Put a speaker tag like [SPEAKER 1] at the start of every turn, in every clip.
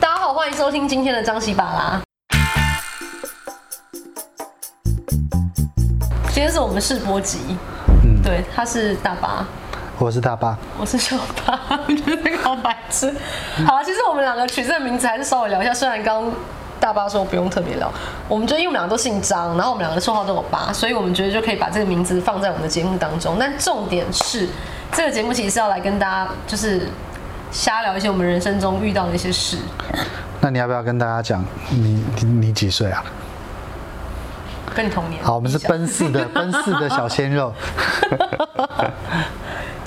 [SPEAKER 1] 好，欢迎收听今天的张喜巴拉。今天是我们试播集，
[SPEAKER 2] 嗯
[SPEAKER 1] 对，他是大巴，
[SPEAKER 2] 我是大巴，
[SPEAKER 1] 我是小巴，我觉得那个好白痴。好了，其实我们两个取这个名字还是稍微聊一下，虽然刚刚大巴说不用特别聊，我们觉得因为我们两个都姓张，然后我们两个的绰号都有巴，所以我们觉得就可以把这个名字放在我们的节目当中。但重点是，这个节目其实是要来跟大家就是瞎聊一些我们人生中遇到的一些事。
[SPEAKER 2] 那你要不要跟大家讲你你你几岁啊？
[SPEAKER 1] 跟你同年。
[SPEAKER 2] 好，我们是
[SPEAKER 1] 一下
[SPEAKER 2] 奔 四的奔四的小鲜肉，
[SPEAKER 1] 对，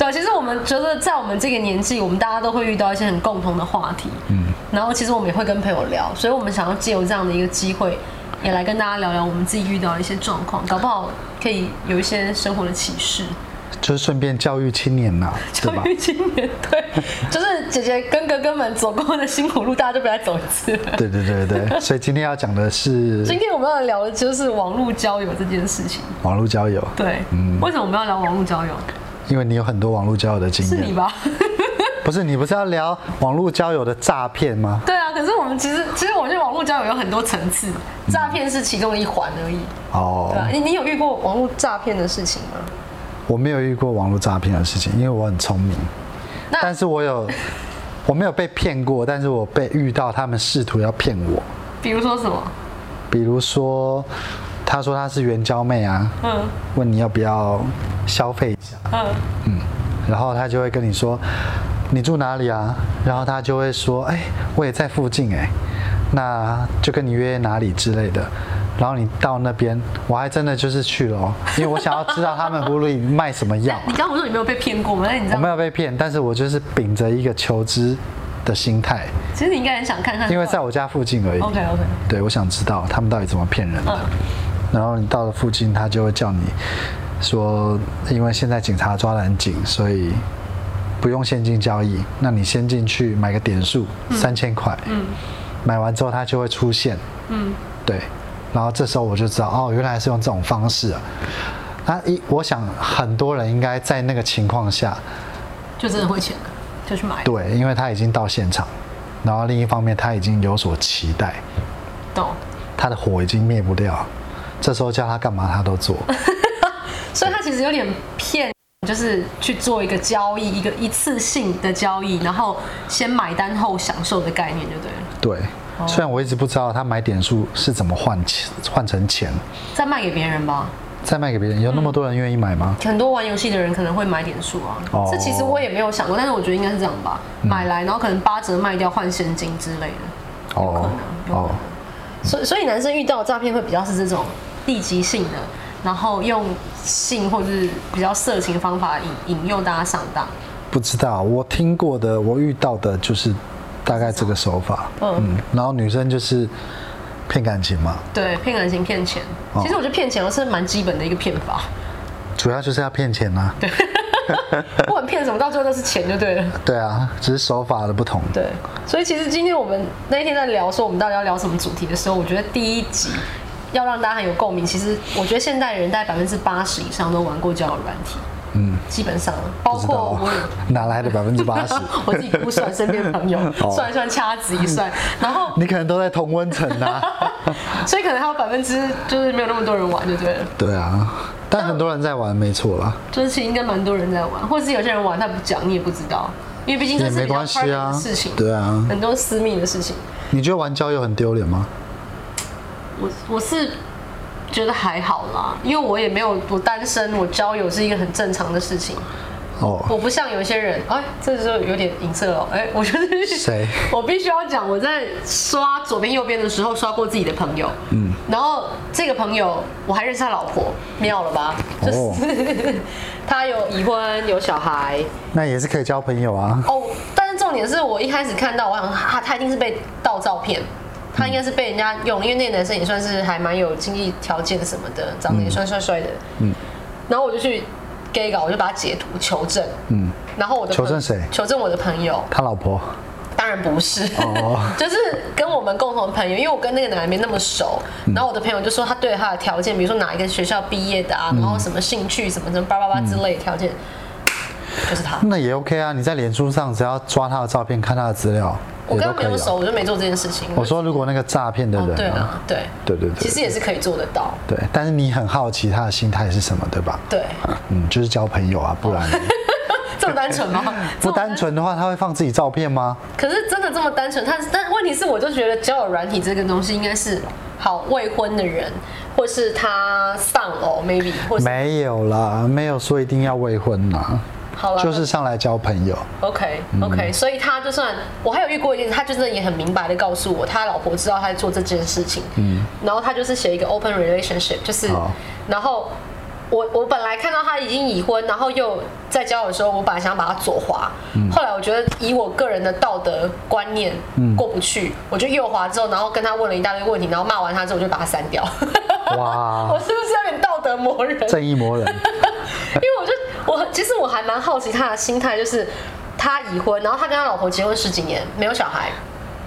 [SPEAKER 1] 啊其实我们觉得在我们这个年纪，我们大家都会遇到一些很共同的话题，嗯，然后其实我们也会跟朋友聊，所以我们想要借由这样的一个机会，也来跟大家聊聊我们自己遇到的一些状况，搞不好可以有一些生活的启示。
[SPEAKER 2] 就是顺便教育青年嘛，
[SPEAKER 1] 教
[SPEAKER 2] 对吧？
[SPEAKER 1] 育青年，对，就是姐姐跟哥哥们走过的辛苦路，大家就不要再走一次 了。
[SPEAKER 2] 对对 对对，所以今天要讲的是
[SPEAKER 1] 今天我们要聊的就是网络交友这件事情。
[SPEAKER 2] 网络交友，
[SPEAKER 1] 对，
[SPEAKER 2] 嗯
[SPEAKER 1] 为什么我们要聊网络交友？
[SPEAKER 2] 因为你有很多网络交友的经
[SPEAKER 1] 是你
[SPEAKER 2] 验，
[SPEAKER 1] 吧？
[SPEAKER 2] 不是你不是要聊网络交友的诈骗吗？
[SPEAKER 1] 对啊，可是我们其实，其实我觉得网络交友有很多层次，诈骗是其中的一环而已。
[SPEAKER 2] 哦
[SPEAKER 1] 对，啊，你你有遇过网络诈骗的事情吗？
[SPEAKER 2] 我没有遇过网络诈骗的事情，因为我很聪明，
[SPEAKER 1] 那
[SPEAKER 2] 但是我有我没有被骗过，但是我被遇到他们试图要骗我，
[SPEAKER 1] 比如说什么？
[SPEAKER 2] 比如说，他说他是援交妹啊，
[SPEAKER 1] 嗯
[SPEAKER 2] 问你要不要消费一下，
[SPEAKER 1] 嗯，
[SPEAKER 2] 然后他就会跟你说你住哪里啊，然后他就会说，哎、我也在附近哎、那就跟你约哪里之类的。然后你到那边，我还真的就是去了、哦，因为我想要知道他们葫芦里卖什么药。
[SPEAKER 1] 你刚刚不是说你没有被骗过吗？那你知
[SPEAKER 2] 我
[SPEAKER 1] 道
[SPEAKER 2] 没，有被骗，但是我就是秉着一个求知的心态，
[SPEAKER 1] 其实你应该很想看看，
[SPEAKER 2] 因为在我家附近而已。
[SPEAKER 1] OK OK，
[SPEAKER 2] 对，我想知道他们到底怎么骗人的。然后你到了附近，他就会叫你说，因为现在警察抓得很紧，所以不用现金交易。那你先进去买个点数，三千块。买完之后他就会出现。
[SPEAKER 1] 嗯，
[SPEAKER 2] 对，然后这时候我就知道，哦，原来是用这种方式啊。那一，我想很多人应该在那个情况下，
[SPEAKER 1] 就真的会钱了，就去买，
[SPEAKER 2] 对，因为他已经到现场，然后另一方面他已经有所期待。
[SPEAKER 1] 懂。
[SPEAKER 2] 他的火已经灭不掉，这时候叫他干嘛他都 做。
[SPEAKER 1] 所以他其实有点骗，就是去做一个交易，一个一次性的交易，然后先买单后享受的概念，就对了，
[SPEAKER 2] 对，
[SPEAKER 1] 哦
[SPEAKER 2] 虽然我一直不知道他买点数是怎么换钱换成钱，
[SPEAKER 1] 再卖给别人吧。
[SPEAKER 2] 再卖给别人，有那么多人愿意买吗？
[SPEAKER 1] 很多玩游戏的人可能会买点数啊，
[SPEAKER 2] 哦
[SPEAKER 1] 这其实我也没有想过，但是我觉得应该是这样吧，买来然后可能八折卖掉换现金之类的，嗯有
[SPEAKER 2] 哦
[SPEAKER 1] 可能有可能所以所以男生遇到的诈骗会比较是这种立即性的，然后用性或者是比较色情的方法引引诱大家上当，
[SPEAKER 2] 不知道，我听过的，我遇到的就是大概这个手法。
[SPEAKER 1] 嗯
[SPEAKER 2] 嗯，然后女生就是骗感情嘛，
[SPEAKER 1] 对，骗感情骗钱，其实我觉得骗钱是蛮基本的一个骗法，
[SPEAKER 2] 主要就是要骗钱啊。对，
[SPEAKER 1] 不管骗什么，到最后都是钱就对了。
[SPEAKER 2] 啊，只是手法的不同。
[SPEAKER 1] 对，所以其实今天我们那一天在聊说我们到底要聊什么主题的时候，我觉得第一集要让大家很有共鸣。其实我觉得现代人大概百分之八十以上都玩过交友软体，嗯，基本上包
[SPEAKER 2] 不知道
[SPEAKER 1] 括我有。
[SPEAKER 2] 哪 来的百分之八十？
[SPEAKER 1] 我自己估算身边朋 友，算一算掐指一算，然后
[SPEAKER 2] 你可能都在同温层 啊。
[SPEAKER 1] 所以可能还有百分之就是没有那么多人玩，就对了，
[SPEAKER 2] 对啊，但很多人在玩，没错啦。
[SPEAKER 1] 就是其实应该蛮多人在玩，或是有些人玩他不讲，你也不知道，因为毕竟这
[SPEAKER 2] 也
[SPEAKER 1] 是
[SPEAKER 2] 没
[SPEAKER 1] 比较
[SPEAKER 2] 关系
[SPEAKER 1] private
[SPEAKER 2] 啊
[SPEAKER 1] 的事情，，
[SPEAKER 2] 对啊，
[SPEAKER 1] 很多私密的事情。
[SPEAKER 2] 你觉得玩交友很丢脸吗？
[SPEAKER 1] 我我是觉得还好啦，因为我也没有我单身，我交友是一个很正常的事情。
[SPEAKER 2] 哦，
[SPEAKER 1] 我不像有些人，哎，这时候有点影射哦，哎，我觉得是
[SPEAKER 2] 谁？
[SPEAKER 1] 我必须要讲，我在刷左边右边的时候刷过自己的朋友，嗯，然后这个朋友我还认识他老婆，妙了吧？就是、
[SPEAKER 2] 哦
[SPEAKER 1] 他有已婚有小孩，
[SPEAKER 2] 那也是可以交朋友啊。
[SPEAKER 1] 哦，但是重点是我一开始看到，我想他他一定是被盗照片，
[SPEAKER 2] 嗯
[SPEAKER 1] 他应该是被人家用，因为那个男生也算是还蛮有经济条件什么的，长得也算帅帅的，嗯，然后我就去 gay 搞，我就把他截图求证，嗯，然后我的朋
[SPEAKER 2] 求证谁
[SPEAKER 1] 求证我的朋友，
[SPEAKER 2] 他老婆
[SPEAKER 1] 当然不是，
[SPEAKER 2] 哦
[SPEAKER 1] 就是跟我们共同的朋友，因为我跟那个男的没那么熟，
[SPEAKER 2] 嗯
[SPEAKER 1] 然后我的朋友就说他对他的条件，比如说哪一个学校毕业的啊，
[SPEAKER 2] 嗯
[SPEAKER 1] 然后什么兴趣什么什么叭叭叭之类的条件，就是他。
[SPEAKER 2] 嗯那也 OK 啊，你在脸书上只要抓他的照片，看他的资料，
[SPEAKER 1] 我
[SPEAKER 2] 也
[SPEAKER 1] 跟
[SPEAKER 2] 都
[SPEAKER 1] 他没
[SPEAKER 2] 可
[SPEAKER 1] 有
[SPEAKER 2] 以啊哦
[SPEAKER 1] 熟，。我就没做这件事情。
[SPEAKER 2] 我说，如果那个诈骗的
[SPEAKER 1] 哦，对
[SPEAKER 2] 人啊、
[SPEAKER 1] 啊，对，
[SPEAKER 2] 对对对
[SPEAKER 1] 其实也是可以做得到。
[SPEAKER 2] 对，但是你很好奇他的心态是什么，对吧？
[SPEAKER 1] 对，
[SPEAKER 2] 嗯，就是交朋友啊，不然
[SPEAKER 1] 这么单纯 吗？
[SPEAKER 2] 不单纯的话，他会放自己照片吗？
[SPEAKER 1] 可是真的这么单纯？但但问题是，我就觉得交友软体这个东西应该是好未婚的人，或是他丧偶，maybe，或是
[SPEAKER 2] 没有啦，没有说一定要未婚啦，
[SPEAKER 1] 好了，
[SPEAKER 2] 就是上来交朋友。
[SPEAKER 1] OK
[SPEAKER 2] 嗯
[SPEAKER 1] OK，、所以他就算我还有遇过一件，他就真的也很明白的告诉我，他老婆知道他在做这件事情，嗯，然后他就是写一个 open relationship，就是
[SPEAKER 2] 好，
[SPEAKER 1] 然后我我本来看到他已经已婚，然后又在交往的时候，我本来想把他左滑，
[SPEAKER 2] 嗯
[SPEAKER 1] 后来我觉得以我个人的道德观念
[SPEAKER 2] 嗯
[SPEAKER 1] 过不去，我就右滑之后，然后跟他问了一大堆问题，然后骂完他之后我就把他删掉， 我
[SPEAKER 2] 哇，
[SPEAKER 1] 是不是有点道德磨人？
[SPEAKER 2] 正义魔人，
[SPEAKER 1] 因为我就我其实我还蛮好奇他的心态，就是他已婚，然后他跟他老婆结婚十几年，没有小孩，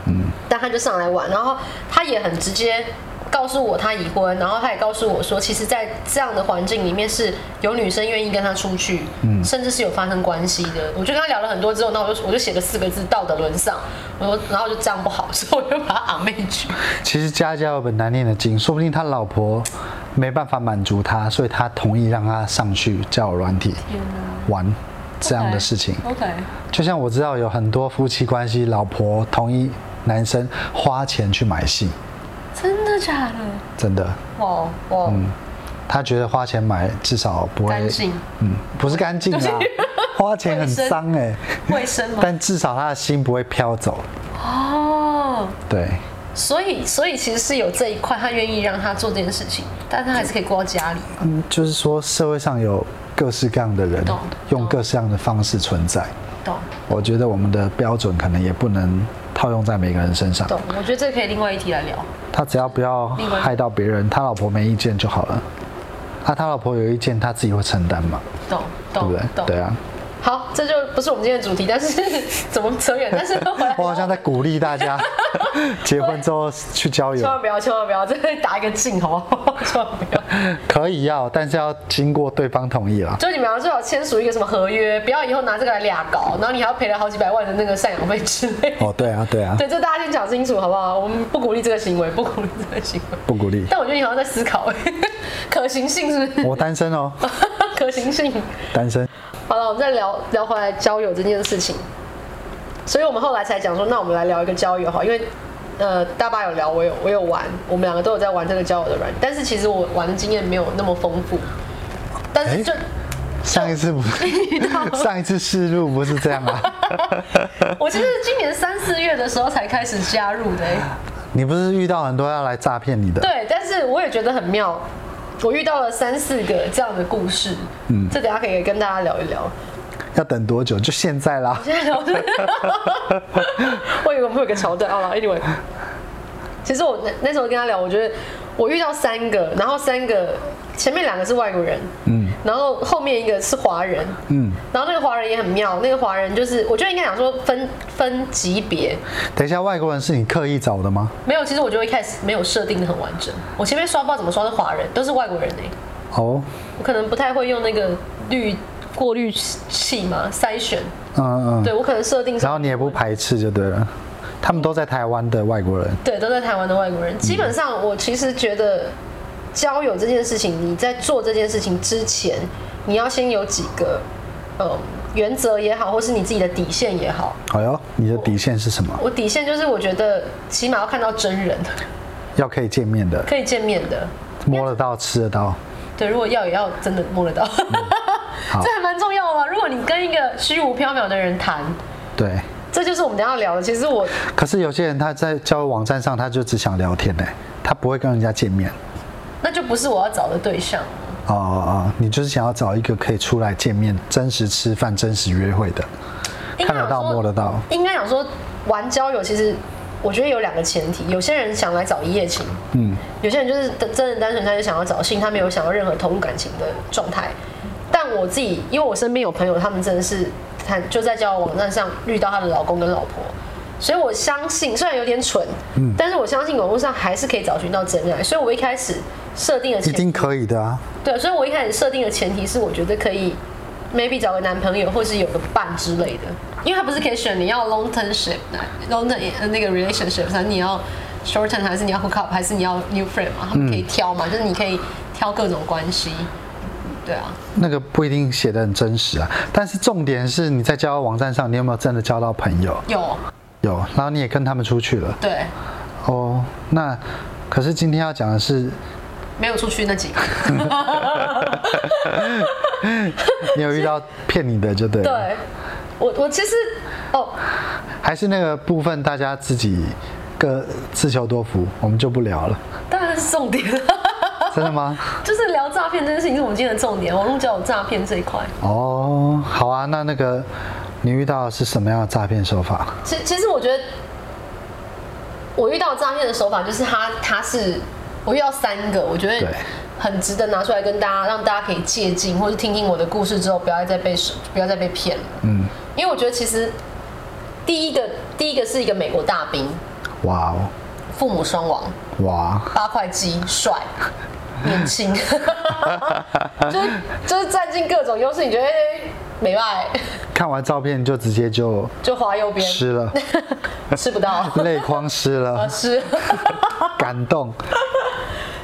[SPEAKER 1] 嗯，但他就上来玩，然后他也很直接告诉我他已婚，然后他也告诉我说，其实，在这样的环境里面是有女生愿意跟他出去，嗯，甚至是有发生关系的。我就跟他聊了很多之后，那我就我就写了四个字“道德沦丧”，我说，然后就这样不好，所以我就把他 unmatch。
[SPEAKER 2] 其实家家有本难念的经，说不定他老婆没办法满足他，所以他同意让他上去交友软体玩这样的事情。
[SPEAKER 1] OK，
[SPEAKER 2] 就像我知道有很多夫妻关系，老婆同意男生花钱去买性，
[SPEAKER 1] 真的假的？
[SPEAKER 2] 真的，
[SPEAKER 1] 哇哇，
[SPEAKER 2] 他觉得花钱买至少不会
[SPEAKER 1] 干 净，
[SPEAKER 2] 嗯，不是干净啦，花钱很脏哎、
[SPEAKER 1] 卫生吗？
[SPEAKER 2] 但至少他的心不会飘走，
[SPEAKER 1] 哦。
[SPEAKER 2] 对。
[SPEAKER 1] 所以，所以其实是有这一块，他愿意让他做这件事情，但他还是可以过到家里。
[SPEAKER 2] 嗯，就是说社会上有各式各样的人
[SPEAKER 1] 懂，
[SPEAKER 2] 用各式各样的方式存在。
[SPEAKER 1] 懂
[SPEAKER 2] 我觉得我们的标准可能也不能套用在每个人身上。
[SPEAKER 1] 懂，我觉得这可以另外一题来聊。
[SPEAKER 2] 他只要不要
[SPEAKER 1] 另外
[SPEAKER 2] 害到别人，他老婆没意见就好了。啊，他老婆有意见，他自己会承担嘛，
[SPEAKER 1] 懂
[SPEAKER 2] 对不
[SPEAKER 1] 懂
[SPEAKER 2] 对？
[SPEAKER 1] 懂。
[SPEAKER 2] 对啊，
[SPEAKER 1] 好，这就不是我们今天的主题，但是 怎么扯远？但是回来
[SPEAKER 2] 我 好像在鼓励 大家结婚之后去交
[SPEAKER 1] 千
[SPEAKER 2] 友，
[SPEAKER 1] 万不要，千万不要，这打一个劲好不好？千万不要。
[SPEAKER 2] 可以要，但是要经过对方同意啦。
[SPEAKER 1] 就你们俩最好签署一个什么合约，不要以后拿这个来俩搞，然后你还要赔了好几百万的那个赡养费之类的。
[SPEAKER 2] 哦，对啊，对啊，
[SPEAKER 1] 对，这大家先讲清楚好不好？我们不鼓励这个行为，不鼓励这个行为。
[SPEAKER 2] 不鼓励。
[SPEAKER 1] 但我觉得你好像在思考，欸 可行性是不是？
[SPEAKER 2] 我单身哦，
[SPEAKER 1] 可行性。
[SPEAKER 2] 单身。
[SPEAKER 1] 好了，我们再聊聊回来交友这件事情。所以我们后来才讲说，那我们来聊一个交友哈，因为呃，大巴有聊，我有我有玩，我们两个都有在玩这个交友的软件，但是其实我玩的经验没有那么丰富。但是就、
[SPEAKER 2] 上一次不， 上一次试录不是这样啊？
[SPEAKER 1] 我其实今年三四月的时候才开始加入的、欸
[SPEAKER 2] 你不是遇到很多要来诈骗你的？
[SPEAKER 1] 对，但是我也觉得很妙，我遇到了三四个这样的故事，嗯，这等一下可以跟大家聊一聊。
[SPEAKER 2] 要等多久？就现在啦。
[SPEAKER 1] 现在聊的， 我以为我们会有个桥段。好了，Anyway，其实我那那时候跟他聊，我觉得我遇到三个，然后三个前面两个是外国人，嗯，然后后面一个是华人，嗯，然后那个华人也很妙，那个华人就是我觉得应该讲说分分级别，
[SPEAKER 2] 等一下，外国人是你刻意找的吗？
[SPEAKER 1] 没有，其实我就一开始没有设定的很完整，我前面刷不知道怎么刷是华人，都是外国人哎、
[SPEAKER 2] 哦，
[SPEAKER 1] 我可能不太会用那个滤过滤器嘛，筛选，
[SPEAKER 2] 嗯嗯嗯。
[SPEAKER 1] 对我可能设定是
[SPEAKER 2] 然后你也不排斥就对了。他们都在台湾的外国人，
[SPEAKER 1] 对，都在台湾的外国
[SPEAKER 2] 嗯
[SPEAKER 1] 人。基本上，我其实觉得交友这件事情，你在做这件事情之前，你要先有几个，嗯，原则也好，或是你自己的底线也好。
[SPEAKER 2] 哎呦，你的底线是什么？
[SPEAKER 1] 我底线就是，我觉得起码要看到真人，
[SPEAKER 2] 要可以见面的，
[SPEAKER 1] 可以见面的。
[SPEAKER 2] 摸得到，吃得到。
[SPEAKER 1] 对，如果要也要真的摸得到，
[SPEAKER 2] 嗯 好
[SPEAKER 1] 这还蛮重要的嘛。啊如果你跟一个虚无缥缈的人谈，
[SPEAKER 2] 对。
[SPEAKER 1] 这就是我们等一下要聊的。其实我
[SPEAKER 2] 可是有些人他在交友网站上，他就只想聊天呢、他不会跟人家见面。
[SPEAKER 1] 那就不是我要找的对象。
[SPEAKER 2] 哦哦哦，你就是想要找一个可以出来见面、真实吃饭、真实约会的，
[SPEAKER 1] 应该
[SPEAKER 2] 看
[SPEAKER 1] 有
[SPEAKER 2] 得到、
[SPEAKER 1] 说
[SPEAKER 2] 摸得到。
[SPEAKER 1] 应该讲说，玩交友其实我觉得有两个前提，有些人想来找一夜情，嗯，有些人就是真的单纯，他就想要找性，他没有想要任何投入感情的状态。但我自己，因为我身边有朋友，他们真的是看就在交友网站上遇到她的老公跟老婆，所以我相信，虽然有点蠢，嗯，但是我相信网络上还是可以找寻到真爱。所以我一开始设定的
[SPEAKER 2] 一
[SPEAKER 1] 前
[SPEAKER 2] 定可以的啊。
[SPEAKER 1] 对，所以我一开始设定的前提是，我觉得可以 maybe 找个男朋友，或是有个伴之类的。因为它不是可以选你要 long term ship 的 long term 呃那个 relationship，还是你要 short term，还是你要 hook up，还是你要 new friend 嘛？他们可以挑嘛，就是你可以挑各种关系。对啊，
[SPEAKER 2] 那个不一定写的很真实啊，但是重点是你在交友网站上，你有没有真的交到朋友？
[SPEAKER 1] 有
[SPEAKER 2] 有，然后你也跟他们出去了。
[SPEAKER 1] 对，
[SPEAKER 2] 哦，那可是今天要讲 的是，
[SPEAKER 1] 没有出去那几个。
[SPEAKER 2] 你有遇到骗你的就对了。
[SPEAKER 1] 对， 我我其实哦，
[SPEAKER 2] 还是那个部分，大家自己各自求多福，我们就不聊了。
[SPEAKER 1] 当然是重点了。
[SPEAKER 2] 真的吗？
[SPEAKER 1] 就是聊诈骗这件事情是我们今天的重点，网络交友诈骗这一块。
[SPEAKER 2] 哦，好啊，那那个你遇到的是什么样的诈骗手法？
[SPEAKER 1] 其其实我觉得，我遇到诈骗的手法就是他他是我遇到三个，我觉得
[SPEAKER 2] 对
[SPEAKER 1] 很值得拿出来跟大家，让大家可以借鉴，或是听听我的故事之后，不要再被不要再被骗了。
[SPEAKER 2] 嗯，
[SPEAKER 1] 因为我觉得其实第一个第一个是一个美国大兵，
[SPEAKER 2] 哇哦，
[SPEAKER 1] 父母双亡，
[SPEAKER 2] 哇，
[SPEAKER 1] 八块肌，帅。年轻， 就是就是占尽各种优势，你觉得哎美败
[SPEAKER 2] 看完照片就直接就
[SPEAKER 1] 就滑右边，
[SPEAKER 2] 湿了，
[SPEAKER 1] 吃不到，
[SPEAKER 2] 泪框湿了，
[SPEAKER 1] 吃。
[SPEAKER 2] 感 动。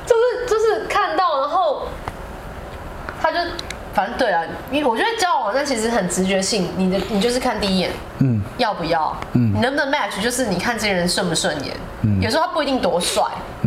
[SPEAKER 1] 就是就是看到，然后他就反正对啊，因为我觉得交友网站其实很直觉性，你的你就是看第一眼，
[SPEAKER 2] 嗯，
[SPEAKER 1] 要不要，嗯，你能不能 match，就是你看这个人顺不顺眼，嗯，有时候他不一定多帅，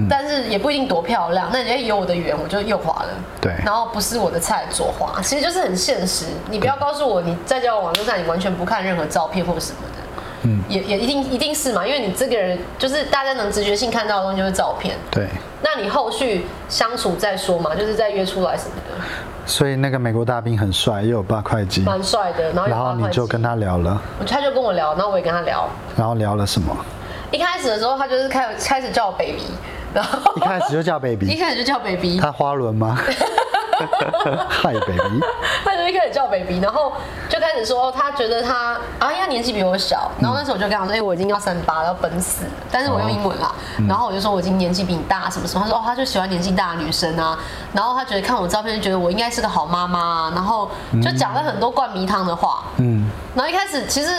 [SPEAKER 1] 但是也不一定多漂亮，那哎人家有我的缘，我就右滑了，
[SPEAKER 2] 对
[SPEAKER 1] 然后不是我的菜左滑，其实就是很现实，你不要告诉我你在交友网站上你完全不看任何照片或什么的。嗯，也也一定一定是嘛，因为你这个人就是大家能直觉性看到的东西就是照片，
[SPEAKER 2] 对，
[SPEAKER 1] 那你后续相处再说嘛，就是再约出来什么 的，
[SPEAKER 2] 所以那个美国大兵很帅，又有八块肌，
[SPEAKER 1] 蛮帅的。然后有
[SPEAKER 2] 然后
[SPEAKER 1] 八
[SPEAKER 2] 你
[SPEAKER 1] 块
[SPEAKER 2] 就
[SPEAKER 1] 肌，
[SPEAKER 2] 跟他聊了，
[SPEAKER 1] 我他就跟我聊，然后我也跟他聊。
[SPEAKER 2] 然后聊了什么？
[SPEAKER 1] 一开始的时候，他就是开开始叫我 baby，然后
[SPEAKER 2] 一开 始就叫
[SPEAKER 1] 一
[SPEAKER 2] baby，
[SPEAKER 1] 开始就叫 baby，
[SPEAKER 2] 他花轮吗？嗨 baby，
[SPEAKER 1] 他就一开始叫 baby，然后就开始说哦他觉得他啊，因为他年纪比我小，
[SPEAKER 2] 嗯
[SPEAKER 1] 然后那时候我就跟他说，哎、我已经要三八了，要奔四了，但是我用英文啦，
[SPEAKER 2] 嗯
[SPEAKER 1] 然后我就说我已经年纪比你大什么什么，他说哦，他就喜欢年纪大的女生啊，然后他觉得看我照片就觉得我应该是个好妈妈、啊，然后就讲了很多灌迷汤的话，
[SPEAKER 2] 嗯，
[SPEAKER 1] 然后一开始其实。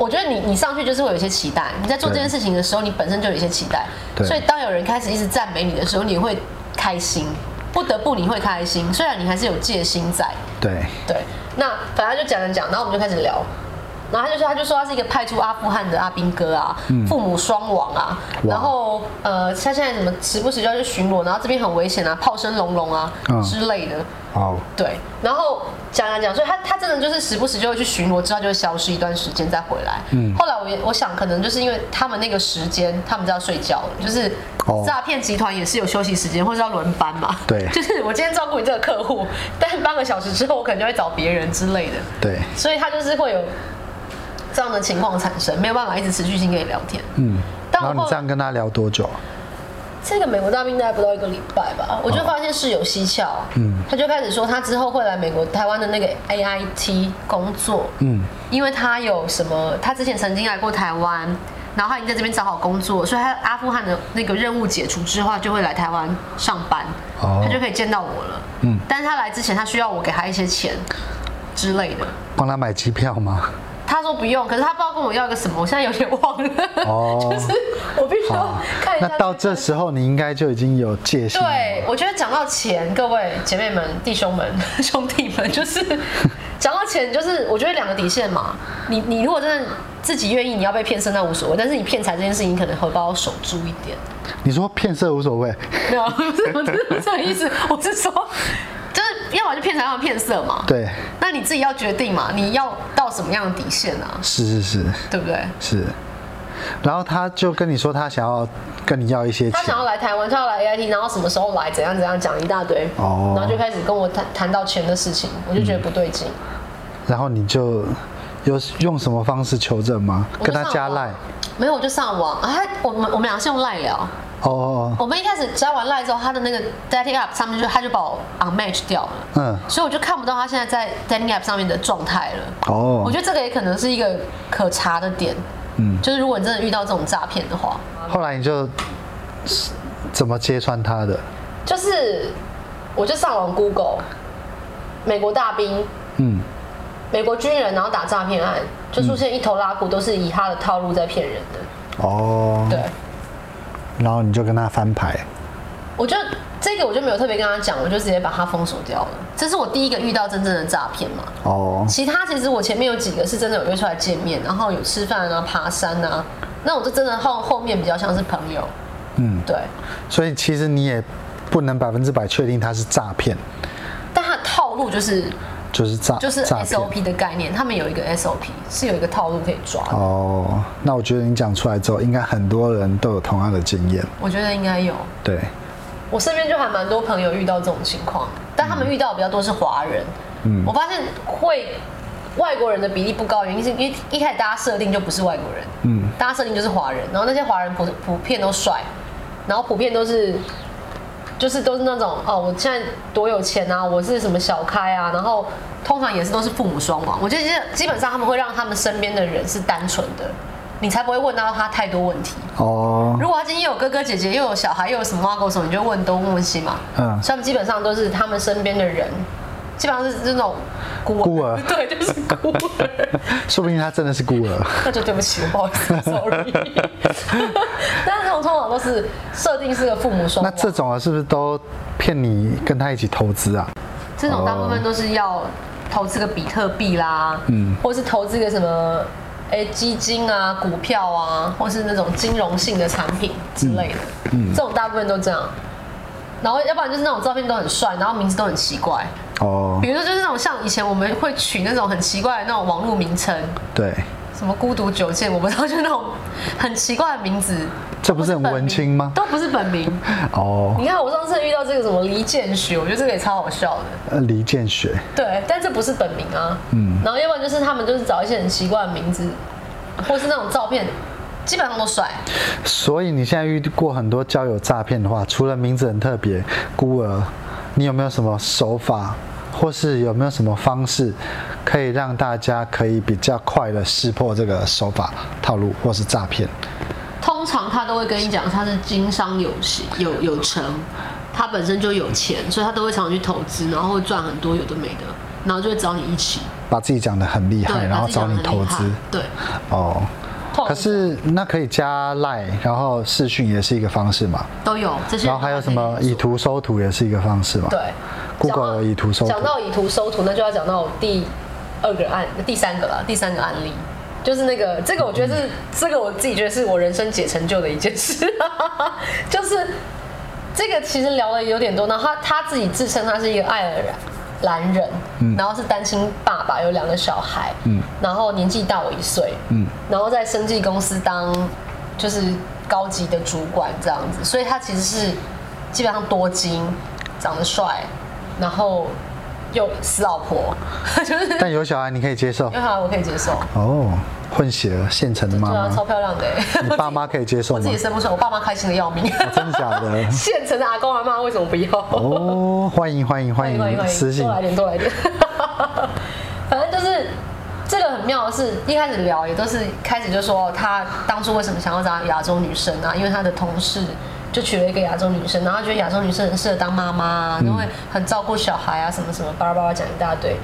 [SPEAKER 1] 我觉得你你上去就是会有一些期待，你在做这件事情的时候，你本身就有一些期待，
[SPEAKER 2] 对
[SPEAKER 1] 所以当有人开始一直赞美你的时候，你会开心，不得不你会开心，虽然你还是有戒心在，
[SPEAKER 2] 对，
[SPEAKER 1] 对，那反正就讲讲讲，然后我们就开始聊，然后他就说他就说他是一个派出阿富汗的阿兵哥啊，父母双亡啊，
[SPEAKER 2] 嗯哇
[SPEAKER 1] 然后呃他现在怎么时不时就要去巡逻，然后这边很危险啊，炮声隆隆啊、
[SPEAKER 2] 嗯
[SPEAKER 1] 之类的，
[SPEAKER 2] 哦，
[SPEAKER 1] 对，然后讲讲讲，所以他他真的就是时不时就会去巡逻，之后就会消失一段时间再回来。嗯，后来我也我想可能就是因为他们那个时间，他们就要睡觉了，就是
[SPEAKER 2] 哦
[SPEAKER 1] 诈骗集团也是有休息时间，或者要轮班嘛。
[SPEAKER 2] 对
[SPEAKER 1] 就是我今天照顾你这个客户，但半个小时之后我可能就会找别人之类的，
[SPEAKER 2] 对，
[SPEAKER 1] 所以他就是会有这样的情况产生，没有办法一直持续性跟你聊天。
[SPEAKER 2] 嗯，
[SPEAKER 1] 但
[SPEAKER 2] 然
[SPEAKER 1] 我
[SPEAKER 2] 后你
[SPEAKER 1] 后
[SPEAKER 2] 这样跟他聊多久？
[SPEAKER 1] 这个美国大兵大概不到一个礼拜吧，我就发现是有蹊跷。嗯，他就开始说他之后会来美国台湾的那个 AIT 工作。
[SPEAKER 2] 嗯，
[SPEAKER 1] 因为他有什么，他之前曾经来过台湾，然后他已经在这边找好工作，所以他阿富汗的那个任务解除之后，他就会来台湾上班，
[SPEAKER 2] 哦
[SPEAKER 1] 他就可以见到我了。
[SPEAKER 2] 嗯
[SPEAKER 1] 嗯，但是他来之前，他需要我给他一些钱之类的。
[SPEAKER 2] 帮他买机票吗？
[SPEAKER 1] 他说不用，可是他不知道跟我要一个什么，我现在有点忘了。
[SPEAKER 2] 哦
[SPEAKER 1] 就是我必须要看一下。
[SPEAKER 2] 那到这时候你应该就已经有戒心了。
[SPEAKER 1] 对，我觉得讲到钱，各位姐妹们、弟兄们、 兄弟们，就是 讲到钱，就是我觉得两个底线嘛。你你如果真的自己愿意，你要被骗色那无所谓，但是你骗财这件事情，你可能荷包要守住一点。
[SPEAKER 2] 你说骗色无所谓，
[SPEAKER 1] 没有， 不是，我是不是这个意思，我是说，就是要么就骗财，要么骗色嘛。。
[SPEAKER 2] 对，
[SPEAKER 1] 那你自己要决定嘛，你要到什么样的底线啊？
[SPEAKER 2] 是是是
[SPEAKER 1] 对不对？
[SPEAKER 2] 是。然后他就跟你说他想要跟你要一些
[SPEAKER 1] 他
[SPEAKER 2] 钱
[SPEAKER 1] 想，要来台湾，他要来 AIT，然后什么时候来，怎样怎样讲一大堆，
[SPEAKER 2] 哦
[SPEAKER 1] 然后就开始跟我谈谈到钱的事情，我就觉得不对劲。
[SPEAKER 2] 然后你就有用什么方式求证吗？
[SPEAKER 1] 我就
[SPEAKER 2] 跟他
[SPEAKER 1] 上网
[SPEAKER 2] 加赖？
[SPEAKER 1] 没有，我就上网啊。他我们我们俩是用赖聊。
[SPEAKER 2] 哦哦
[SPEAKER 1] 我们一开始加完赖之后，他的那个 dating app 上面就他就把我 unmatch 掉了，
[SPEAKER 2] 哦，嗯，
[SPEAKER 1] 所以我就看不到他现在在 dating app 上面的状态了。
[SPEAKER 2] 哦，
[SPEAKER 1] 我觉得这个也可能是一个可查的点，
[SPEAKER 2] 嗯
[SPEAKER 1] 就是如果你真的遇到这种诈骗的话，
[SPEAKER 2] 后来你就怎么揭穿他的？
[SPEAKER 1] 就是我就上网 Google 美国大兵
[SPEAKER 2] 嗯，
[SPEAKER 1] 美国军人然后打诈骗案，就出现一头拉骨都是以他的套路在骗人的。
[SPEAKER 2] 哦，
[SPEAKER 1] 对，
[SPEAKER 2] 然后你就跟他翻牌，
[SPEAKER 1] 我就这个我就没有特别跟他讲，我就直接把他封锁掉了。这是我第一个遇到真正的诈骗嘛。
[SPEAKER 2] 哦，
[SPEAKER 1] 其他其实我前面有几个是真的有约出来见面，然后有吃饭啊、爬山啊，那我就真的后后面比较像是朋友。
[SPEAKER 2] 嗯，
[SPEAKER 1] 对，
[SPEAKER 2] 所以其实你也不能百分之百确定他是诈骗，
[SPEAKER 1] 但他的套路就是
[SPEAKER 2] 就是诈，
[SPEAKER 1] 就是
[SPEAKER 2] 诈骗。
[SPEAKER 1] SOP 的概念，他们有一个 SOP 是有一个套路可以抓的。
[SPEAKER 2] 哦，那我觉得你讲出来之后，应该很多人都有同样的经验，
[SPEAKER 1] 我觉得应该有，
[SPEAKER 2] 对，
[SPEAKER 1] 我身边就还蛮多朋友遇到这种情况，但他们遇到的比较多是华人。嗯，我发现会外国人的比例不高，原因是因为一开始大家设定就不是外国人，嗯，大家设定就是华人，然后那些华人普普遍都帅，然后普遍都是。就是都是那种哦，我现在多有钱啊，我是什么小开啊，然后通常也是都是父母双亡。我觉得基本上他们会让他们身边的人是单纯的，你才不会问到他太多问题。
[SPEAKER 2] 哦，
[SPEAKER 1] 如果他今天又有哥哥姐姐，又有小孩，又有什么挖狗手，你就问东问西嘛。
[SPEAKER 2] 嗯
[SPEAKER 1] 嗯，所以他们基本上都是他们身边的人，基本上是这种孤儿，
[SPEAKER 2] 孤儿
[SPEAKER 1] 对，就是孤 儿。
[SPEAKER 2] 说不定他真的是孤儿，
[SPEAKER 1] 那就对不起，不好意思，sorry。但是他们通常都是设定是个父母双
[SPEAKER 2] 那
[SPEAKER 1] 亡，
[SPEAKER 2] 这种啊是不是都骗你跟他一起投资啊？
[SPEAKER 1] 这种大部分都是要投资个比特币啦，嗯，或是投资个什么。哎，基金啊，股票啊，或是那种金融性的产品之类的，这种大部分都这样。然后，要不然就是那种照片都很帅，然后名字都很奇怪，
[SPEAKER 2] 哦
[SPEAKER 1] 比，如说就是那种像以前我们会取那种很奇怪的那种网络名称，
[SPEAKER 2] 对，
[SPEAKER 1] 什么孤独九剑，我不知道，就是那种很奇怪的名字。
[SPEAKER 2] 这不是很
[SPEAKER 1] 都本名
[SPEAKER 2] 文青吗
[SPEAKER 1] 都不是本名。
[SPEAKER 2] 哦，
[SPEAKER 1] 你看我上次遇到这个什么离间学，我觉得这个也超好笑的。
[SPEAKER 2] 呃离间学，
[SPEAKER 1] 对，但这不是本名啊。嗯。然后要不然就是他们就是找一些很奇怪的名字，或是那种照片，基本上都帅。
[SPEAKER 2] 所以你现在遇过很多交友诈骗的话，除了名字很特别，孤儿，你有没有什么手法，或是有没有什么方式，可以让大家可以比较快的识破这个手法套路或是诈骗？
[SPEAKER 1] 通常他都会跟你讲他是经商有行有有成，他本身就有钱，所以他都会常常去投资，然后会赚很多有的没的，然后就会找你一起。
[SPEAKER 2] 把自己讲得很厉害，
[SPEAKER 1] 对，
[SPEAKER 2] 然后
[SPEAKER 1] 他
[SPEAKER 2] 找
[SPEAKER 1] 自己
[SPEAKER 2] 你
[SPEAKER 1] 讲得
[SPEAKER 2] 投
[SPEAKER 1] 很
[SPEAKER 2] 资
[SPEAKER 1] 厉害，对，
[SPEAKER 2] 哦。
[SPEAKER 1] 通常
[SPEAKER 2] 可是那可以加赖，然后视讯也是一个方式嘛，
[SPEAKER 1] 都有这些。
[SPEAKER 2] 然后还有什么以？图搜图也是一个方式嘛。
[SPEAKER 1] 对讲
[SPEAKER 2] Google
[SPEAKER 1] 到
[SPEAKER 2] 有以图搜图
[SPEAKER 1] 讲到以图搜图，那就要讲到第二个案，第三个了，第三个案例。就是那个，这个我觉得是、
[SPEAKER 2] 嗯
[SPEAKER 1] 这个我自己觉得是我人生解成就的一件事， 就是这个其实聊了有点多。然后他他自己自称他是一个爱尔兰人，然后是单亲爸爸，有两个小孩，
[SPEAKER 2] 嗯
[SPEAKER 1] 然后年纪大我一岁，然后在生技公司当就是高级的主管这样子，所以他其实是基本上多金，长得帅，然后又死老婆， 就是
[SPEAKER 2] 但有小孩你可以接受
[SPEAKER 1] 因为我可以接受，
[SPEAKER 2] 哦，混血儿现成的妈
[SPEAKER 1] 对啊，超
[SPEAKER 2] 妈，
[SPEAKER 1] 漂亮 的、欸，
[SPEAKER 2] 你爸妈可以接受
[SPEAKER 1] 我自
[SPEAKER 2] 吗
[SPEAKER 1] 己？生不出来，我爸妈开心的要命。？
[SPEAKER 2] 哦真的假的
[SPEAKER 1] 现成的阿公阿妈为什么不要？
[SPEAKER 2] 哦，欢迎欢迎欢
[SPEAKER 1] 欢迎
[SPEAKER 2] 迎，
[SPEAKER 1] 欢
[SPEAKER 2] 私
[SPEAKER 1] 迎，
[SPEAKER 2] 信
[SPEAKER 1] 多来点，多来点。 反正就是这个很妙的是，一开始聊也都是开始就说他当初为什么想要找亚洲女生啊，因为他的同事。就娶了一个亚洲女生，然后他觉得亚洲女生很适合当妈妈、
[SPEAKER 2] 嗯
[SPEAKER 1] 啊，都会很照顾小孩啊，什么什么，巴拉巴拉讲一大堆。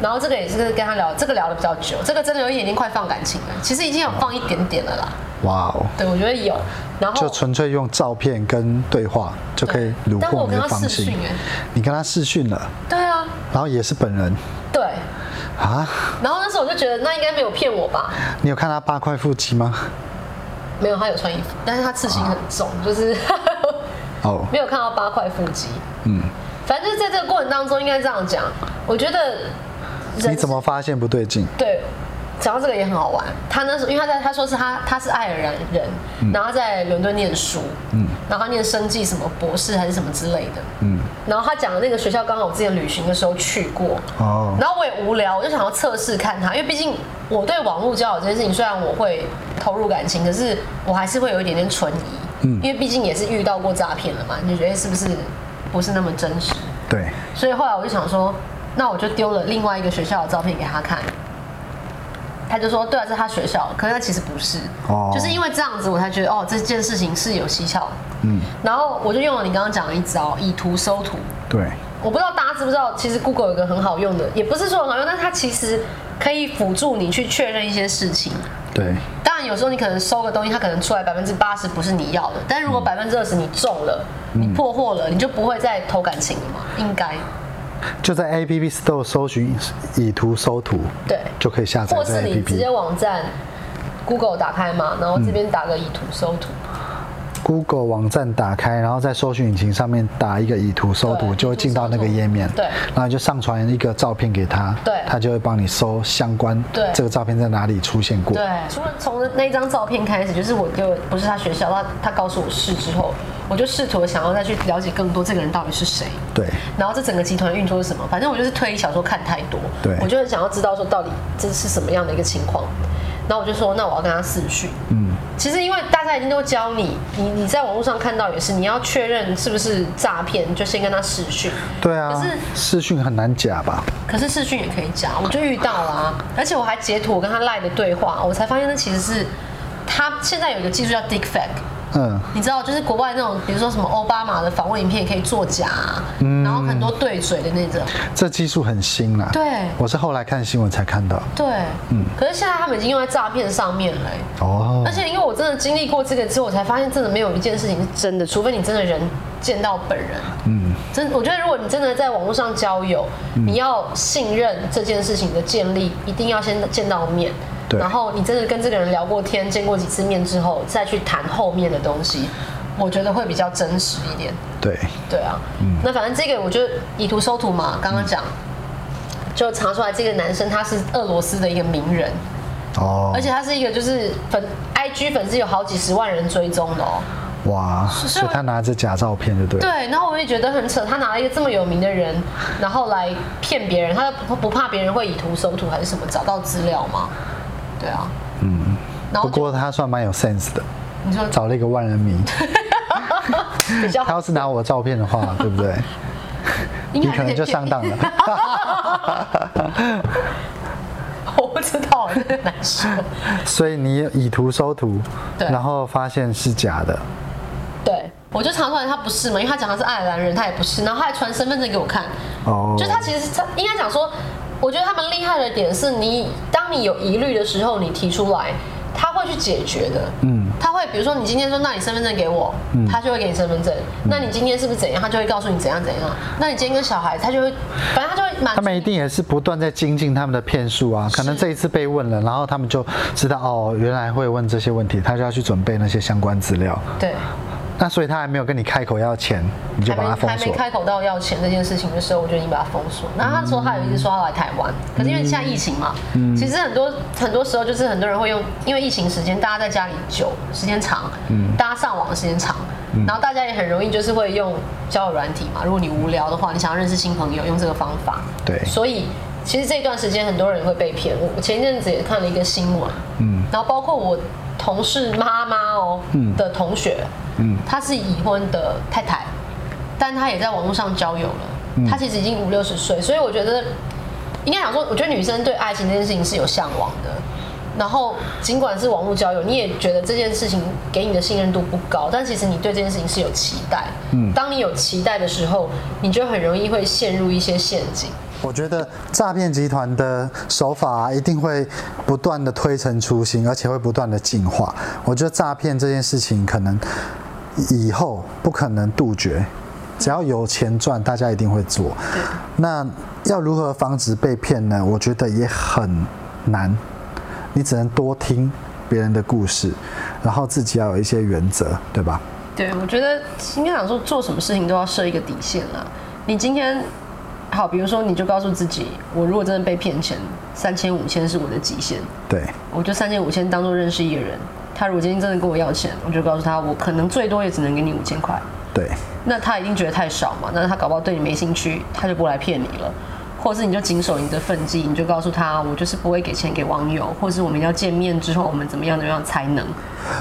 [SPEAKER 1] 然后这个也是跟他聊，这个聊的比较久，这个真的有一点点快放感情了，其实已经有放一点点了啦。
[SPEAKER 2] 哇哦，
[SPEAKER 1] 对，我觉得有。然后
[SPEAKER 2] 就纯粹用照片跟对话就可以虏
[SPEAKER 1] 但
[SPEAKER 2] 获
[SPEAKER 1] 我
[SPEAKER 2] 你
[SPEAKER 1] 跟
[SPEAKER 2] 的
[SPEAKER 1] 他
[SPEAKER 2] 芳
[SPEAKER 1] 视
[SPEAKER 2] 心
[SPEAKER 1] 讯。哎，
[SPEAKER 2] 你跟他视讯了，
[SPEAKER 1] 对啊，
[SPEAKER 2] 然后也是本人
[SPEAKER 1] 对。
[SPEAKER 2] 啊？
[SPEAKER 1] 然后那时候我就觉得那应该没有骗我吧，
[SPEAKER 2] 你有看他八块腹肌吗？
[SPEAKER 1] 没有，他有穿衣服，但是他刺青很重，就是
[SPEAKER 2] 哦，
[SPEAKER 1] 没有看到八块腹肌。嗯，反正就是在这个过程当中，应该这样讲，我觉得人
[SPEAKER 2] 你怎么发现不对劲？
[SPEAKER 1] 对，讲到这个也很好玩。他那时候，因为他在他说是他他是爱尔兰人，然后他在伦敦念书，嗯，然后他念生计什么博士还是什么之类的，嗯，然后他讲的那个学校刚好我之前旅行的时候去过，
[SPEAKER 2] 哦
[SPEAKER 1] 然后我也无聊，我就想要测试看他，因为毕竟我对网络交友这件事情，虽然我会投入感情，可是我还是会有一点点存疑，嗯，因为毕竟也是遇到过诈骗了嘛，你就觉得哎是不是不是那么真实？
[SPEAKER 2] 对，
[SPEAKER 1] 所以后来我就想说，那我就丢了另外一个学校的照片给他看，他就说对啊，这是他学校，可是他其实不是，
[SPEAKER 2] 哦
[SPEAKER 1] 就是因为这样子，我才觉得哦这件事情是有蹊跷，嗯，然后我就用了你刚刚讲的一招，以图搜图，
[SPEAKER 2] 对，
[SPEAKER 1] 我不知道大家知不知道，其实 Google 有一个很好用的，也不是说很好用，但是它其实可以辅助你去确认一些事情。
[SPEAKER 2] 对，
[SPEAKER 1] 当然，有时候你可能搜个东西，它可能出来百分之八十不是你要的，但如果百分之二十你中了，你破获了，你就不会再偷感情了嘛？应该
[SPEAKER 2] 就在 A P P Store 搜寻以图搜图，
[SPEAKER 1] 对，
[SPEAKER 2] 就可以下载
[SPEAKER 1] 或
[SPEAKER 2] 这
[SPEAKER 1] 是
[SPEAKER 2] A
[SPEAKER 1] 你
[SPEAKER 2] 啊 P
[SPEAKER 1] 直接
[SPEAKER 2] P。
[SPEAKER 1] 网站 Google 打开嘛，然后这边打个以图搜图，
[SPEAKER 2] 嗯 Google 网站打开，然后在搜寻引擎上面打一个以图搜图，
[SPEAKER 1] 对
[SPEAKER 2] 就会进到那个页面。
[SPEAKER 1] 对
[SPEAKER 2] 然后你就上传一个照片给他，
[SPEAKER 1] 对
[SPEAKER 2] 他就会帮你搜相关
[SPEAKER 1] 对
[SPEAKER 2] 这个照片在哪里出现过。
[SPEAKER 1] 对，除了从那一张照片开始，就是我就不是他学校，他他告诉我是之后，我就试图地想要再去了解更多这个人到底是谁。
[SPEAKER 2] 对
[SPEAKER 1] 然后这整个集团运作是什么？反正我就是推理小说看太多，
[SPEAKER 2] 对
[SPEAKER 1] 我就很想要知道说到底这是什么样的一个情况。然后我就说，那我要跟他私讯。嗯，其实因为大家已经都教你，你你在网络上看到也是，你要确认是不是诈骗，就先跟他私讯。
[SPEAKER 2] 对啊
[SPEAKER 1] 可是，
[SPEAKER 2] 视讯很难假吧？
[SPEAKER 1] 可是视讯也可以加，我就遇到啦、而且我还截图我跟他赖的对话，我才发现那其实是他现在有一个技术叫 Deep Fake。
[SPEAKER 2] 嗯，
[SPEAKER 1] 你知道，就是国外那种，比如说什么奥巴马的访问影片也可以作假、啊，然后很多对嘴的那种。
[SPEAKER 2] 这技术很新啦。
[SPEAKER 1] 对
[SPEAKER 2] 我是后来看新闻才看到。
[SPEAKER 1] 对，嗯。可是现在他们已经用在诈骗上面了欸、
[SPEAKER 2] 哦
[SPEAKER 1] 而，且因为我真的经历过这个之后，我才发现真的没有一件事情是真的，除非你真的人见到本人。嗯，真我觉得如果你真的在网络上交友，你要信任这件事情的建立，一定要先见到面。
[SPEAKER 2] 对
[SPEAKER 1] 然后你真的跟这个人聊过天，见过几次面之后，再去谈后面的东西，我觉得会比较真实一点。
[SPEAKER 2] 对，
[SPEAKER 1] 对啊，那反正这个我就以图搜图嘛，刚刚讲，就查出来这个男生他是俄罗斯的一个名人，
[SPEAKER 2] 哦，
[SPEAKER 1] 而且他是一个就是粉 IG 粉丝有好几十万人追踪的哦。
[SPEAKER 2] 哇，
[SPEAKER 1] 所
[SPEAKER 2] 所
[SPEAKER 1] 以
[SPEAKER 2] 以他拿着假照片，就对了。
[SPEAKER 1] 对，然后我也觉得很扯，他拿了一个这么有名的人，然后来骗别人，他不不怕别人会以图搜图还是什么找到资料吗？对啊，嗯，然后
[SPEAKER 2] 不
[SPEAKER 1] 就
[SPEAKER 2] 过他算蛮有 sense 的，
[SPEAKER 1] 你说
[SPEAKER 2] 找了一个万人迷。
[SPEAKER 1] 比较
[SPEAKER 2] 他
[SPEAKER 1] 好
[SPEAKER 2] 要是拿我的照片的话，对不对？
[SPEAKER 1] 应
[SPEAKER 2] 你
[SPEAKER 1] 该还
[SPEAKER 2] 可能
[SPEAKER 1] 以
[SPEAKER 2] 就
[SPEAKER 1] 骗
[SPEAKER 2] 上当了。
[SPEAKER 1] 我不知道，真的很难说。
[SPEAKER 2] 所以你以图搜图，
[SPEAKER 1] 对
[SPEAKER 2] 然后发现是假的，
[SPEAKER 1] 对，我就查出来他不是嘛，因为他讲他是爱尔兰人，他也不是，然后他还传身份证给我看。
[SPEAKER 2] 哦
[SPEAKER 1] 就是他其实是他应该讲说，我觉得他们厉害的点是你，当你有疑虑的时候，你提出来，他会去解决的。嗯，他会比如说你今天说，那你身份证给我，
[SPEAKER 2] 嗯
[SPEAKER 1] 他就会给你身份证。那你今天是不是怎样，他就会告诉你怎样怎样。那你今天跟小孩，他就会，反正他就会满足
[SPEAKER 2] 他们一
[SPEAKER 1] 你。
[SPEAKER 2] 定也是不断在精进他们的骗术啊。可能这一次被问了，然后他们就知道哦，原来会问这些问题，他就要去准备那些相关资料。
[SPEAKER 1] 对，
[SPEAKER 2] 那所以他还没有跟你开口要钱，你就
[SPEAKER 1] 还
[SPEAKER 2] 把
[SPEAKER 1] 没
[SPEAKER 2] 他封
[SPEAKER 1] 还没
[SPEAKER 2] 锁。
[SPEAKER 1] 开口到要钱这件事情的时候，我就已经把它封锁。然后他说他有一次说他来台湾，可是因为现在疫情嘛，
[SPEAKER 2] 嗯
[SPEAKER 1] 其实很多很多时候就是很多人会用，因为疫情时间大家在家里久时间长，
[SPEAKER 2] 嗯
[SPEAKER 1] 大家上网的时间长，然后大家也很容易就是会用交友软体嘛。如果你无聊的话，你想要认识新朋友，用这个方法。
[SPEAKER 2] 对
[SPEAKER 1] 所以其实这段时间很多人会被骗。我我前一阵子也看了一个新闻，嗯，然后包括我同事妈妈哦，的同学，嗯，她是已婚的太太，但她也在网络上交友了，她其实已经五六十岁，所以我觉得应该讲说，我觉得女生对爱情这件事情是有向往的。然后，尽管是网络交友，你也觉得这件事情给你的信任度不高，但其实你对这件事情是有期待。嗯，当你有期待的时候，你就很容易会陷入一些陷阱。
[SPEAKER 2] 我觉得诈骗集团的手法啊、一定会不断的推陈出新，而且会不断的进化。我觉得诈骗这件事情可能以后不可能杜绝，只要有钱赚，大家一定会做。那要如何防止被骗呢？我觉得也很难，你只能多听别人的故事，然后自己要有一些原则，对吧？
[SPEAKER 1] 对，我觉得应该讲说，做什么事情都要设一个底线啦。你今天好，比如说你就告诉自己，我如果真的被骗钱，三千五千是我的极限，
[SPEAKER 2] 对，
[SPEAKER 1] 我就三千五千当做认识一个人。他如果今天真的跟我要钱，我就告诉他，我可能最多也只能给你五千块。
[SPEAKER 2] 对，
[SPEAKER 1] 那他一定觉得太少嘛，那他搞不好对你没兴趣，他就不来骗你了。或者是你就谨守你的分际，你就告诉他，我就是不会给钱给网友，或是我们要见面之后，我们怎么样怎么样才能。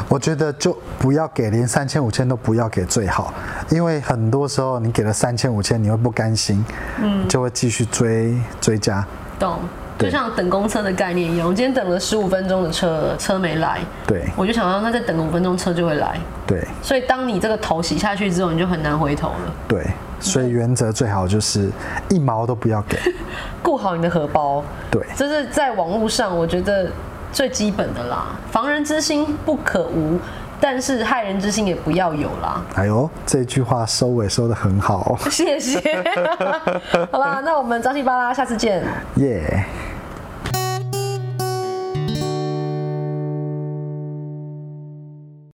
[SPEAKER 2] 我觉得就不要给，连三千五千都不要给最好，因为很多时候你给了三千五千，你会不甘心，嗯，就会继续追追加。
[SPEAKER 1] 懂，
[SPEAKER 2] 对
[SPEAKER 1] 就像等公车的概念一样。我今天等了十五分钟的车，车没来，
[SPEAKER 2] 对
[SPEAKER 1] 我就想要那再等五分钟车就会来。
[SPEAKER 2] 对
[SPEAKER 1] 所以当你这个头洗下去之后，你就很难回头了。
[SPEAKER 2] 对，所以原则最好就是一毛都不要给。
[SPEAKER 1] 顾好你的荷包，
[SPEAKER 2] 对
[SPEAKER 1] 这是在网络上我觉得最基本的啦。防人之心不可无，但是害人之心也不要有啦。
[SPEAKER 2] 哎呦，这句话收尾收的很好哦，
[SPEAKER 1] 谢谢，好啦，那我们张西巴拉，下次见。
[SPEAKER 2] 耶、